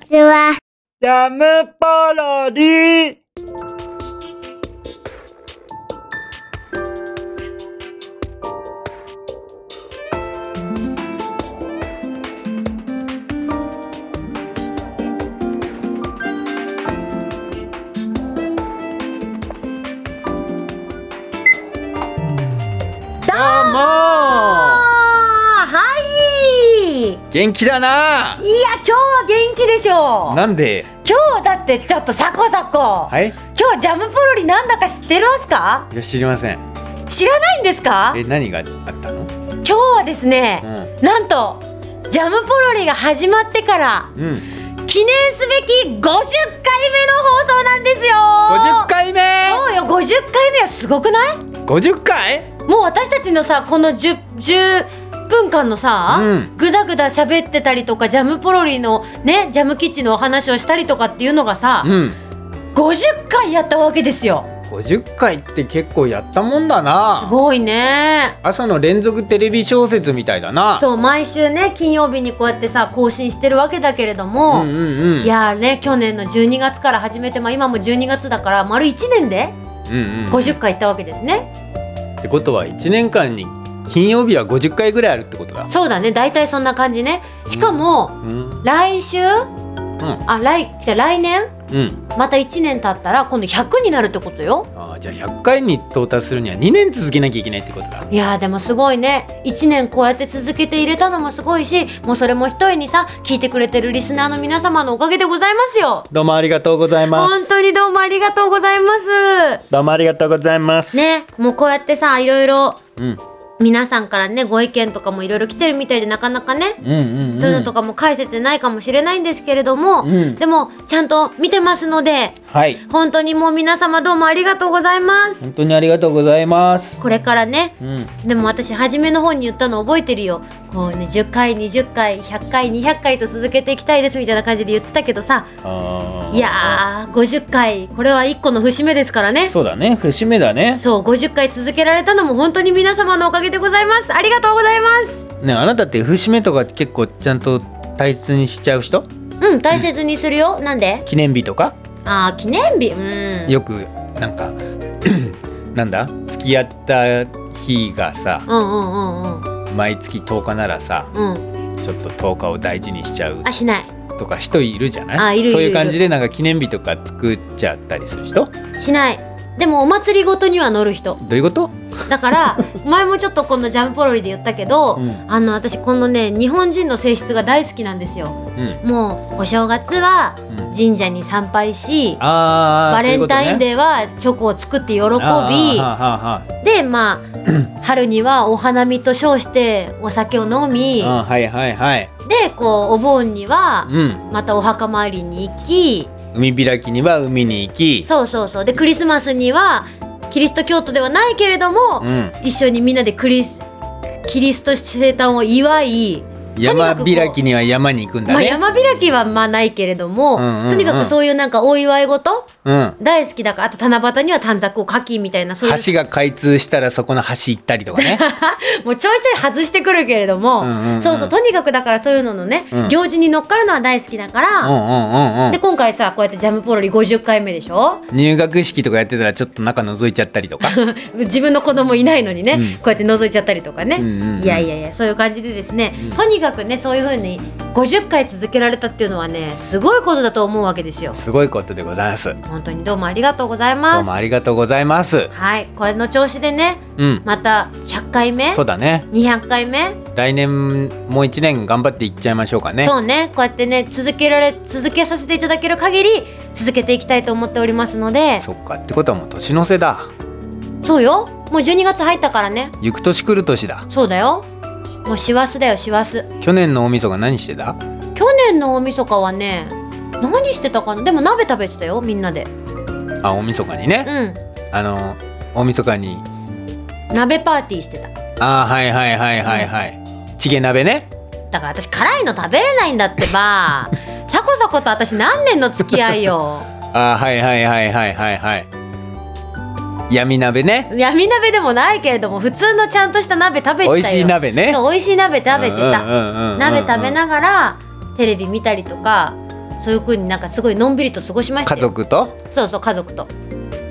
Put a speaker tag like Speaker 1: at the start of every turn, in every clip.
Speaker 1: ちは。
Speaker 2: ジャムパロディ
Speaker 3: どうも
Speaker 4: はいいや
Speaker 3: 元気だな
Speaker 4: 今日は元気でしょう
Speaker 3: なんで
Speaker 4: 今日だってちょっとサコサコ、
Speaker 3: はい
Speaker 4: 今日ジャムポロリなんだか知ってますか
Speaker 3: いや知りません
Speaker 4: 知らないんですか
Speaker 3: え何があったの
Speaker 4: 今日はですね、なんとジャムポロリが始まってから
Speaker 3: うん、うん、
Speaker 4: 記念すべき50回目の放送なんですよ
Speaker 3: 50回目
Speaker 4: そうよ50回目はすごくない
Speaker 3: 50回
Speaker 4: もう私たちのさこの 10, 10分間のさ、
Speaker 3: うん
Speaker 4: ぐだぐだ喋ってたりとかジャムポロリのねジャムキッチンのお話をしたりとかっていうのがさ、
Speaker 3: うん
Speaker 4: 50回やったわけですよ
Speaker 3: 50回って結構やったもんだ
Speaker 4: す
Speaker 3: な
Speaker 4: ごいね
Speaker 3: 朝の連続テレビ小説みたいだな
Speaker 4: そう毎週ね金曜日にこうやってさ更新してるわけだけれども、
Speaker 3: んうんうん
Speaker 4: いやーね去年の12月から始めて、まあ、今も12月だから丸1年で
Speaker 3: うんうんっ
Speaker 4: 50回行ったわけですね、
Speaker 3: てことは1年間に金曜日は50回ぐらいあるってことだ
Speaker 4: そうだね大体そんな感じねしかも、
Speaker 3: うん
Speaker 4: 来週、あ来じゃあ来年
Speaker 3: うん
Speaker 4: また1年経ったら今度100になるってことよ
Speaker 3: あーじゃあ100回に到達するには2年続けなきゃいけないってことだ
Speaker 4: いやーでもすごいね1年こうやって続けて入れたのもすごいしもうそれも一重にさ聞いてくれてるリスナーの皆様のおかげでございますよ
Speaker 3: どうもありがとうございます
Speaker 4: 本当にどうもありがとうございます
Speaker 2: どうもありがとうございます。
Speaker 4: ねもうこうやってさいろいろ
Speaker 3: うん
Speaker 4: 皆さんからねご意見とかもいろいろ来てるみたいでなかなかね、
Speaker 3: うんうんうん
Speaker 4: そういうのとかも返せてないかもしれないんですけれども、
Speaker 3: うん
Speaker 4: でもちゃんと見てますので
Speaker 3: はい
Speaker 4: 本当にもう皆様どうもありがとうございます
Speaker 3: 本当にありがとうございます。
Speaker 4: これからね
Speaker 3: うん。
Speaker 4: でも私初めの方に言ったの覚えてるよこうね10回20回100回200回と続けていきたいですみたいな感じで言ってたけどさ
Speaker 3: あー
Speaker 4: いやー50回これは1個の節目ですからね
Speaker 3: そうだね。節目だね。
Speaker 4: そう50回続けられたのも本当に皆様のおかげでございますありがとうございます
Speaker 3: ねあなたって節目とか結構ちゃんと大切にしちゃう人？
Speaker 4: うん大切にするよ、なんで
Speaker 3: 記念日とか
Speaker 4: あー記念日うん
Speaker 3: よくなんか なんだ付き合った日がさ
Speaker 4: うんうんうんうん
Speaker 3: 毎月10日ならさ
Speaker 4: うん
Speaker 3: ちょっと10日を大事にしちゃう
Speaker 4: あしない
Speaker 3: とか人いるじゃない？
Speaker 4: あいるいる
Speaker 3: そうい
Speaker 4: いうる
Speaker 3: 感じでなんか記念日とか作っちゃったりする人？ど
Speaker 4: しないでもお祭りごとには乗る人
Speaker 3: ういうこと？
Speaker 4: だから 前もちょっとこのジャムポロリで言ったけど、
Speaker 3: うん
Speaker 4: あの私このね日本人の性質が大好きなんですよ
Speaker 3: うん。
Speaker 4: もうお正月は
Speaker 3: うん
Speaker 4: 神社に参拝し、
Speaker 3: ああ。
Speaker 4: バレンタイン
Speaker 3: ー
Speaker 4: デーはチョコを作って喜び
Speaker 3: あー
Speaker 4: でま あ春にはお花見と称してお酒を飲み
Speaker 3: あーあーあーあーあーはいはいはい。
Speaker 4: でこうお盆には
Speaker 3: うん。
Speaker 4: またお墓参りに行き
Speaker 3: 海開きには海に行き
Speaker 4: そうそうそうでクリスマスにはキリスト教徒ではないけれども、
Speaker 3: ん、
Speaker 4: 一緒にみんなでクリスキリスト生誕を祝い、とに
Speaker 3: 山
Speaker 4: かくこう
Speaker 3: 開きには山に行くん
Speaker 4: ま
Speaker 3: だ
Speaker 4: あ、
Speaker 3: ね、
Speaker 4: 山開きはまあないけれども、
Speaker 3: うんうんうん
Speaker 4: とにかくそういうなんかお祝い事
Speaker 3: うん
Speaker 4: 大好きだからあと七夕には短冊を書きみたいなそういう
Speaker 3: 橋が開通したらそこの橋行ったりとか ね
Speaker 4: もうちょいちょい外してくるけれども、
Speaker 3: うんうんうん
Speaker 4: そうそうとにかくだからそういうののね、
Speaker 3: うん
Speaker 4: 行事に乗っかるのは大好きだか
Speaker 3: う
Speaker 4: ら、
Speaker 3: んうんうんう
Speaker 4: で
Speaker 3: ん
Speaker 4: 今回さこうやってジャムポロリ50回目でしょ
Speaker 3: 入学式とかやってたらちょっと中覗いちゃったりとか
Speaker 4: 自分の子供いないのにね、
Speaker 3: うん
Speaker 4: こうやって覗いちゃったりとかね、
Speaker 3: うんうんうん
Speaker 4: いやいやいやそういう感じでですね、とにかくねそういう風に50回続けられたっていうのはねすごいことだと思うわけですよ。
Speaker 3: すごいことでございますど
Speaker 4: 本当にどうもありがとうございうます
Speaker 3: も。ありがとうございます
Speaker 4: はい、これの調子でね、
Speaker 3: うん
Speaker 4: また100回目、
Speaker 3: そうだね
Speaker 4: 200回目、
Speaker 3: 来年もう一年頑張っていっちゃいましょうかね
Speaker 4: そうね、こうやってね続けられ続けさせていただける限り続けていきたいと思っておりますので、
Speaker 3: そっかってことはもう年の瀬だ
Speaker 4: そうよ、もう12月入ったからね、
Speaker 3: 行く年来る年だ
Speaker 4: そうだよ、もう師走だよ師走。
Speaker 3: 去年の大晦日何してた
Speaker 4: 去年の大晦日はね、何してたかな、でも鍋食べてたよみんなで、
Speaker 3: あ大晦日に
Speaker 4: う
Speaker 3: ね、
Speaker 4: ん、
Speaker 3: あの大晦日に
Speaker 4: 鍋パーティーしてた。
Speaker 3: あーはいはいはいはいはいチゲ鍋ね
Speaker 4: だから私辛いの食べれないんだって ば、さこさこと私何年の付き合いよ。
Speaker 3: あーはいはいはいはいはいはい闇鍋ね
Speaker 4: 闇鍋でもないけれども普通のちゃんとした鍋食べてたよ
Speaker 3: 美味しい鍋ね
Speaker 4: そう美味しい鍋食べてた、
Speaker 3: うんうんうんうんうん
Speaker 4: 鍋食べながらテレビ見たりとかそういう風になんかすごいのんびりと過ごしました
Speaker 3: 家
Speaker 4: よ
Speaker 3: 族と
Speaker 4: そうそう家族と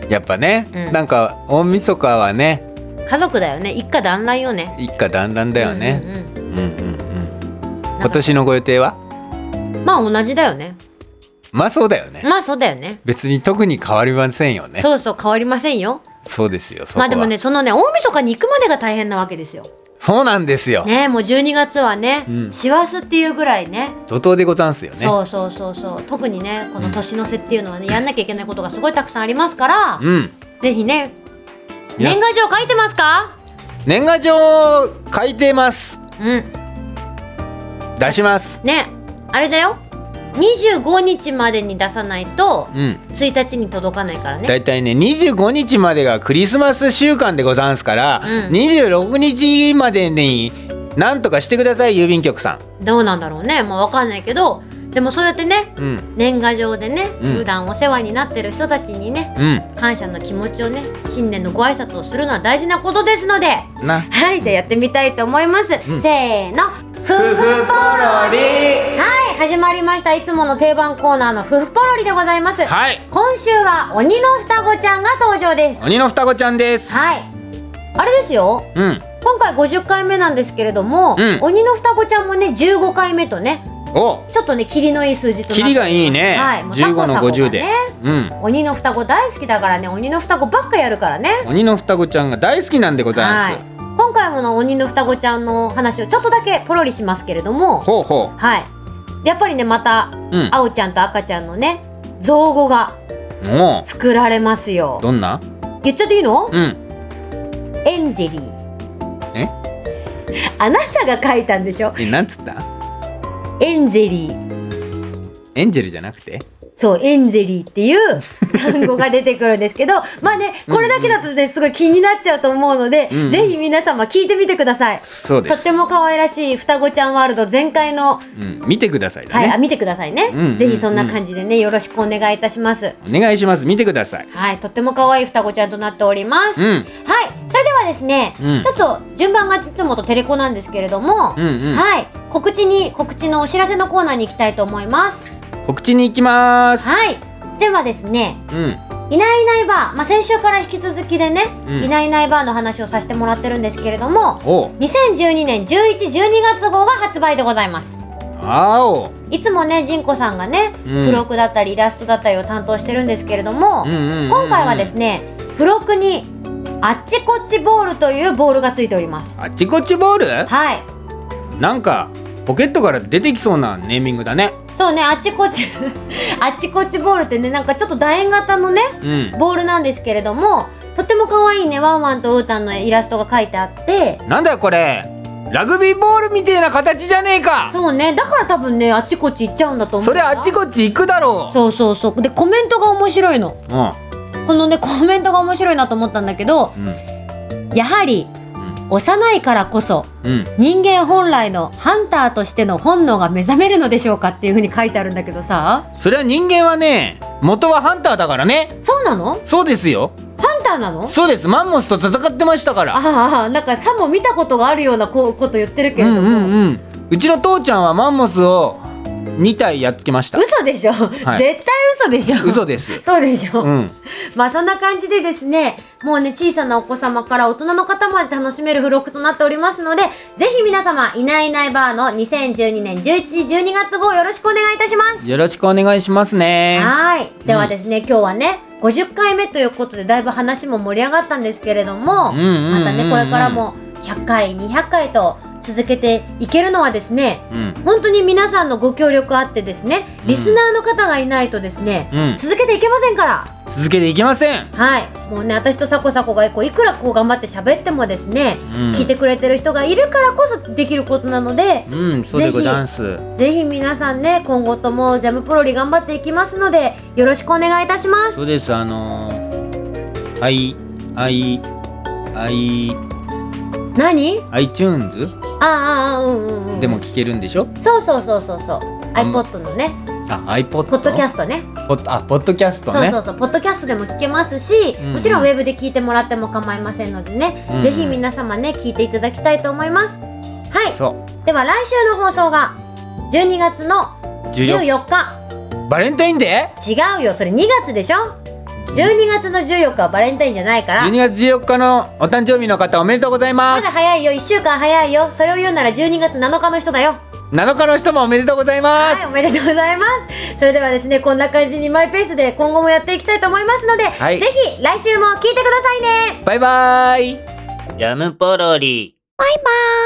Speaker 3: やっぱね、
Speaker 4: うん
Speaker 3: なんか大晦日はね
Speaker 4: 家族だよね一家団らんよね
Speaker 3: 一家団らんだよね
Speaker 4: うんうんうん
Speaker 3: うんうんうん
Speaker 4: なんか
Speaker 3: 今年のご予定は
Speaker 4: まあ同じだよね
Speaker 3: まあそうだよね
Speaker 4: まあそうだよね
Speaker 3: 別に特に変わりませんよね
Speaker 4: そうそう変わりませんよ
Speaker 3: そうですよそこ
Speaker 4: ま
Speaker 3: は
Speaker 4: あでもねそのね大晦日に行くまでが大変なわけですよ
Speaker 3: そうなんですよ、
Speaker 4: ねもう12月はね
Speaker 3: うん
Speaker 4: 師走、っていうぐらいね
Speaker 3: 怒涛でござんすよね
Speaker 4: そうそうそうそう特にねこの年の瀬っていうのはねやんなきゃいけないことがすごいたくさんありますから、
Speaker 3: うん
Speaker 4: ぜひね
Speaker 3: 皆
Speaker 4: 年
Speaker 3: さん
Speaker 4: 賀状書いてますか
Speaker 3: 年賀状書いてます
Speaker 4: うん
Speaker 3: 出します
Speaker 4: ねあれだよ25日までに出さないと
Speaker 3: うん
Speaker 4: 1日に届かないからね
Speaker 3: だいたいね25日までがクリスマス週間でござんすから、
Speaker 4: うん
Speaker 3: 26日までになんとかしてください郵便局さ
Speaker 4: どうなんだろうねもう分かんないけどでもそうやってね
Speaker 3: んうん
Speaker 4: 年賀状でね、
Speaker 3: うん
Speaker 4: 普段お世話になってる人たちにね
Speaker 3: うん
Speaker 4: 感謝の気持ちをね新年のご挨拶をするのは大事なことですので
Speaker 3: な
Speaker 4: はいじゃあやってみたいと思います、
Speaker 3: ん
Speaker 4: せーのふふ
Speaker 3: ロリ
Speaker 4: はい始まりましたいつもの定番コーナーのふふポロリでございます、
Speaker 3: はい
Speaker 4: 今週は鬼の双子ちゃんが登場です
Speaker 3: 鬼の双子ちゃんです
Speaker 4: はいあれですよ
Speaker 3: うん
Speaker 4: 今回50回目なんですけれども、
Speaker 3: うん
Speaker 4: 鬼の双子ちゃんもね15回目とね
Speaker 3: お
Speaker 4: ちょっとね霧のいい数字となって
Speaker 3: キリがいいね、
Speaker 4: はいもうサコ
Speaker 3: 15
Speaker 4: サ
Speaker 3: の
Speaker 4: コが
Speaker 3: 50で、
Speaker 4: ね
Speaker 3: うん
Speaker 4: 鬼の双子大好きだからね鬼の双子ばっかやるからね
Speaker 3: 鬼の双子ちゃんが大好きなんでござ
Speaker 4: はいい
Speaker 3: ます、
Speaker 4: 今回もの鬼の双子ちゃんの話をちょっとだけポロリしますけれども
Speaker 3: ほうほ
Speaker 4: はいやっぱりねまた、
Speaker 3: ううん
Speaker 4: あおちゃんと赤ちゃんのね造語が
Speaker 3: も
Speaker 4: 作られます
Speaker 3: う
Speaker 4: よ
Speaker 3: どんな
Speaker 4: 言っちゃっていいの、
Speaker 3: うん
Speaker 4: エンジェリー
Speaker 3: え
Speaker 4: あなたが書いたんでしょ
Speaker 3: えなんつった
Speaker 4: エンゼリー
Speaker 3: エンジェルじゃなくて
Speaker 4: そうエンゼリーっていう単語が出てくるんですけど まあねこれだけだとねすごい気になっちゃうと思うので、
Speaker 3: うんうん
Speaker 4: ぜひ皆様聞いてみてください
Speaker 3: そうで
Speaker 4: とっ
Speaker 3: す
Speaker 4: ても可愛らしい双子ちゃんワールド全開の、
Speaker 3: うん見てくださいだ
Speaker 4: はい、あ
Speaker 3: ね、
Speaker 4: 見てくださいね、
Speaker 3: うんうんうん
Speaker 4: ぜひそんな感じでねよろしくお願いいたします
Speaker 3: お願いします見てください
Speaker 4: はいとっても可愛い双子ちゃんとなっております、
Speaker 3: う
Speaker 4: はい
Speaker 3: ん
Speaker 4: それではですね、
Speaker 3: うん
Speaker 4: ちょっと順番がいつもとテレコなんですけれども、
Speaker 3: うんうん
Speaker 4: はい告知に告知のお知らせのコーナーに行きたいと思います
Speaker 3: 告知に行きます、
Speaker 4: はいではですね
Speaker 3: うん
Speaker 4: いないいないばー、まあ、先週から引き続きでね、
Speaker 3: うん
Speaker 4: いないいないばーの話をさせてもらってるんですけれども
Speaker 3: おう
Speaker 4: 2012年1112月号が発売でございます
Speaker 3: あお
Speaker 4: いつもねジンコさんがね、
Speaker 3: うん
Speaker 4: 付録だったりイラストだったりを担当してるんですけれども、
Speaker 3: うんうんうんうん
Speaker 4: 今回はですね付録にあっちこっちボールというボールがついております
Speaker 3: あっちこっちボー
Speaker 4: はい
Speaker 3: ルなんかポケットから出てきそうなネーミングだね
Speaker 4: そうねあっちこっち あっちこっちボールってねなんかちょっと楕円型のね
Speaker 3: うん
Speaker 4: ボールなんですけれどもとっても可愛いねワンワンとウータンのイラストが書いてあって
Speaker 3: なんだよこれラグビーボールみてえな形じゃねえか
Speaker 4: そうねだから多分ねあっちこっち行っちゃうんだと思う
Speaker 3: それ
Speaker 4: んだ
Speaker 3: あっちこっち行くだろ
Speaker 4: そうそうそうでコメントが面白いの
Speaker 3: ううん
Speaker 4: このねコメントが面白いなと思ったんだけど
Speaker 3: うん
Speaker 4: やはり幼いからこそ
Speaker 3: うん
Speaker 4: 人間本来のハンターとしての本能が目覚めるのでしょうかっていうふうに書いてあるんだけどさ
Speaker 3: それは人間はね元はハンターだからね
Speaker 4: そうなの
Speaker 3: そうですよ
Speaker 4: ハンターなの
Speaker 3: そうですマンモスと戦ってましたから
Speaker 4: ああなんかさも見たことがあるようなこうこと言ってるけ
Speaker 3: う
Speaker 4: れ
Speaker 3: ん
Speaker 4: ども、
Speaker 3: うんうんうちの父ちゃんはマンモスを2体やっつけました
Speaker 4: 嘘でしょ、
Speaker 3: い
Speaker 4: 絶対嘘でしょ
Speaker 3: 嘘です
Speaker 4: そうでしょ、
Speaker 3: うん
Speaker 4: まあそんな感じでですねもうね小さなお子様から大人の方まで楽しめる付録となっておりますのでぜひ皆様「いないいないバー」の2012年11時12月号よろしくお願いいたします
Speaker 3: よろしくお願いしますね
Speaker 4: はいではですね、今日はね50回目ということでだいぶ話も盛り上がったんですけれども、
Speaker 3: うんうんうんうん
Speaker 4: またねこれからも100回200回と続けていけるのはですね
Speaker 3: うん
Speaker 4: 本当に皆さんのご協力あってですね
Speaker 3: ん
Speaker 4: リスナーの方がいないとですね、
Speaker 3: うん
Speaker 4: 続けていけませんから
Speaker 3: 続けていきません
Speaker 4: はい、もうね私とサコサコがこういくらこう頑張って喋ってもですね、
Speaker 3: うん
Speaker 4: 聞いてくれてる人がいるからこそできることなので、
Speaker 3: うんそうでござんす
Speaker 4: ぜひ皆さんね今後ともジャムポロリ頑張っていきますのでよろしくお願いいたしま
Speaker 3: そ
Speaker 4: す
Speaker 3: うですあのー、i i i
Speaker 4: 何
Speaker 3: iTunes
Speaker 4: ああああうんうんうん
Speaker 3: でも聞けるんでしょ
Speaker 4: そうそうそうそうそう iPod のね
Speaker 3: あ iPod
Speaker 4: ポッドキャストね
Speaker 3: ポッあポッドキャスト
Speaker 4: そう
Speaker 3: ね
Speaker 4: そうそうポッドキャストでも聞けますし、
Speaker 3: うんうん
Speaker 4: もちろんウェブで聞いてもらっても構いませんのでね、
Speaker 3: うんうん
Speaker 4: ぜひ皆様ね聞いていただきたいと思いますはい
Speaker 3: そう
Speaker 4: では来週の放送が12月の
Speaker 3: 14
Speaker 4: 14日
Speaker 3: バレンタインデー
Speaker 4: 違うよそれ2月でしょ12月の14日はバレンタインじゃないからま
Speaker 3: ?12 月14日のお誕生日の方おめでとうございます
Speaker 4: だ早いよ1週間早いよそれを言うなら12月7日の人だよ
Speaker 3: 7日の人もおめでとうございます、
Speaker 4: はいおめでとうございますそれではですねこんな感じにマイペースで今後もやっていきたいと思いますので、
Speaker 3: はい
Speaker 4: ぜひ来週も聞いてくださいね
Speaker 3: バイバイ
Speaker 2: ジャムポロリ。
Speaker 4: バイバーイ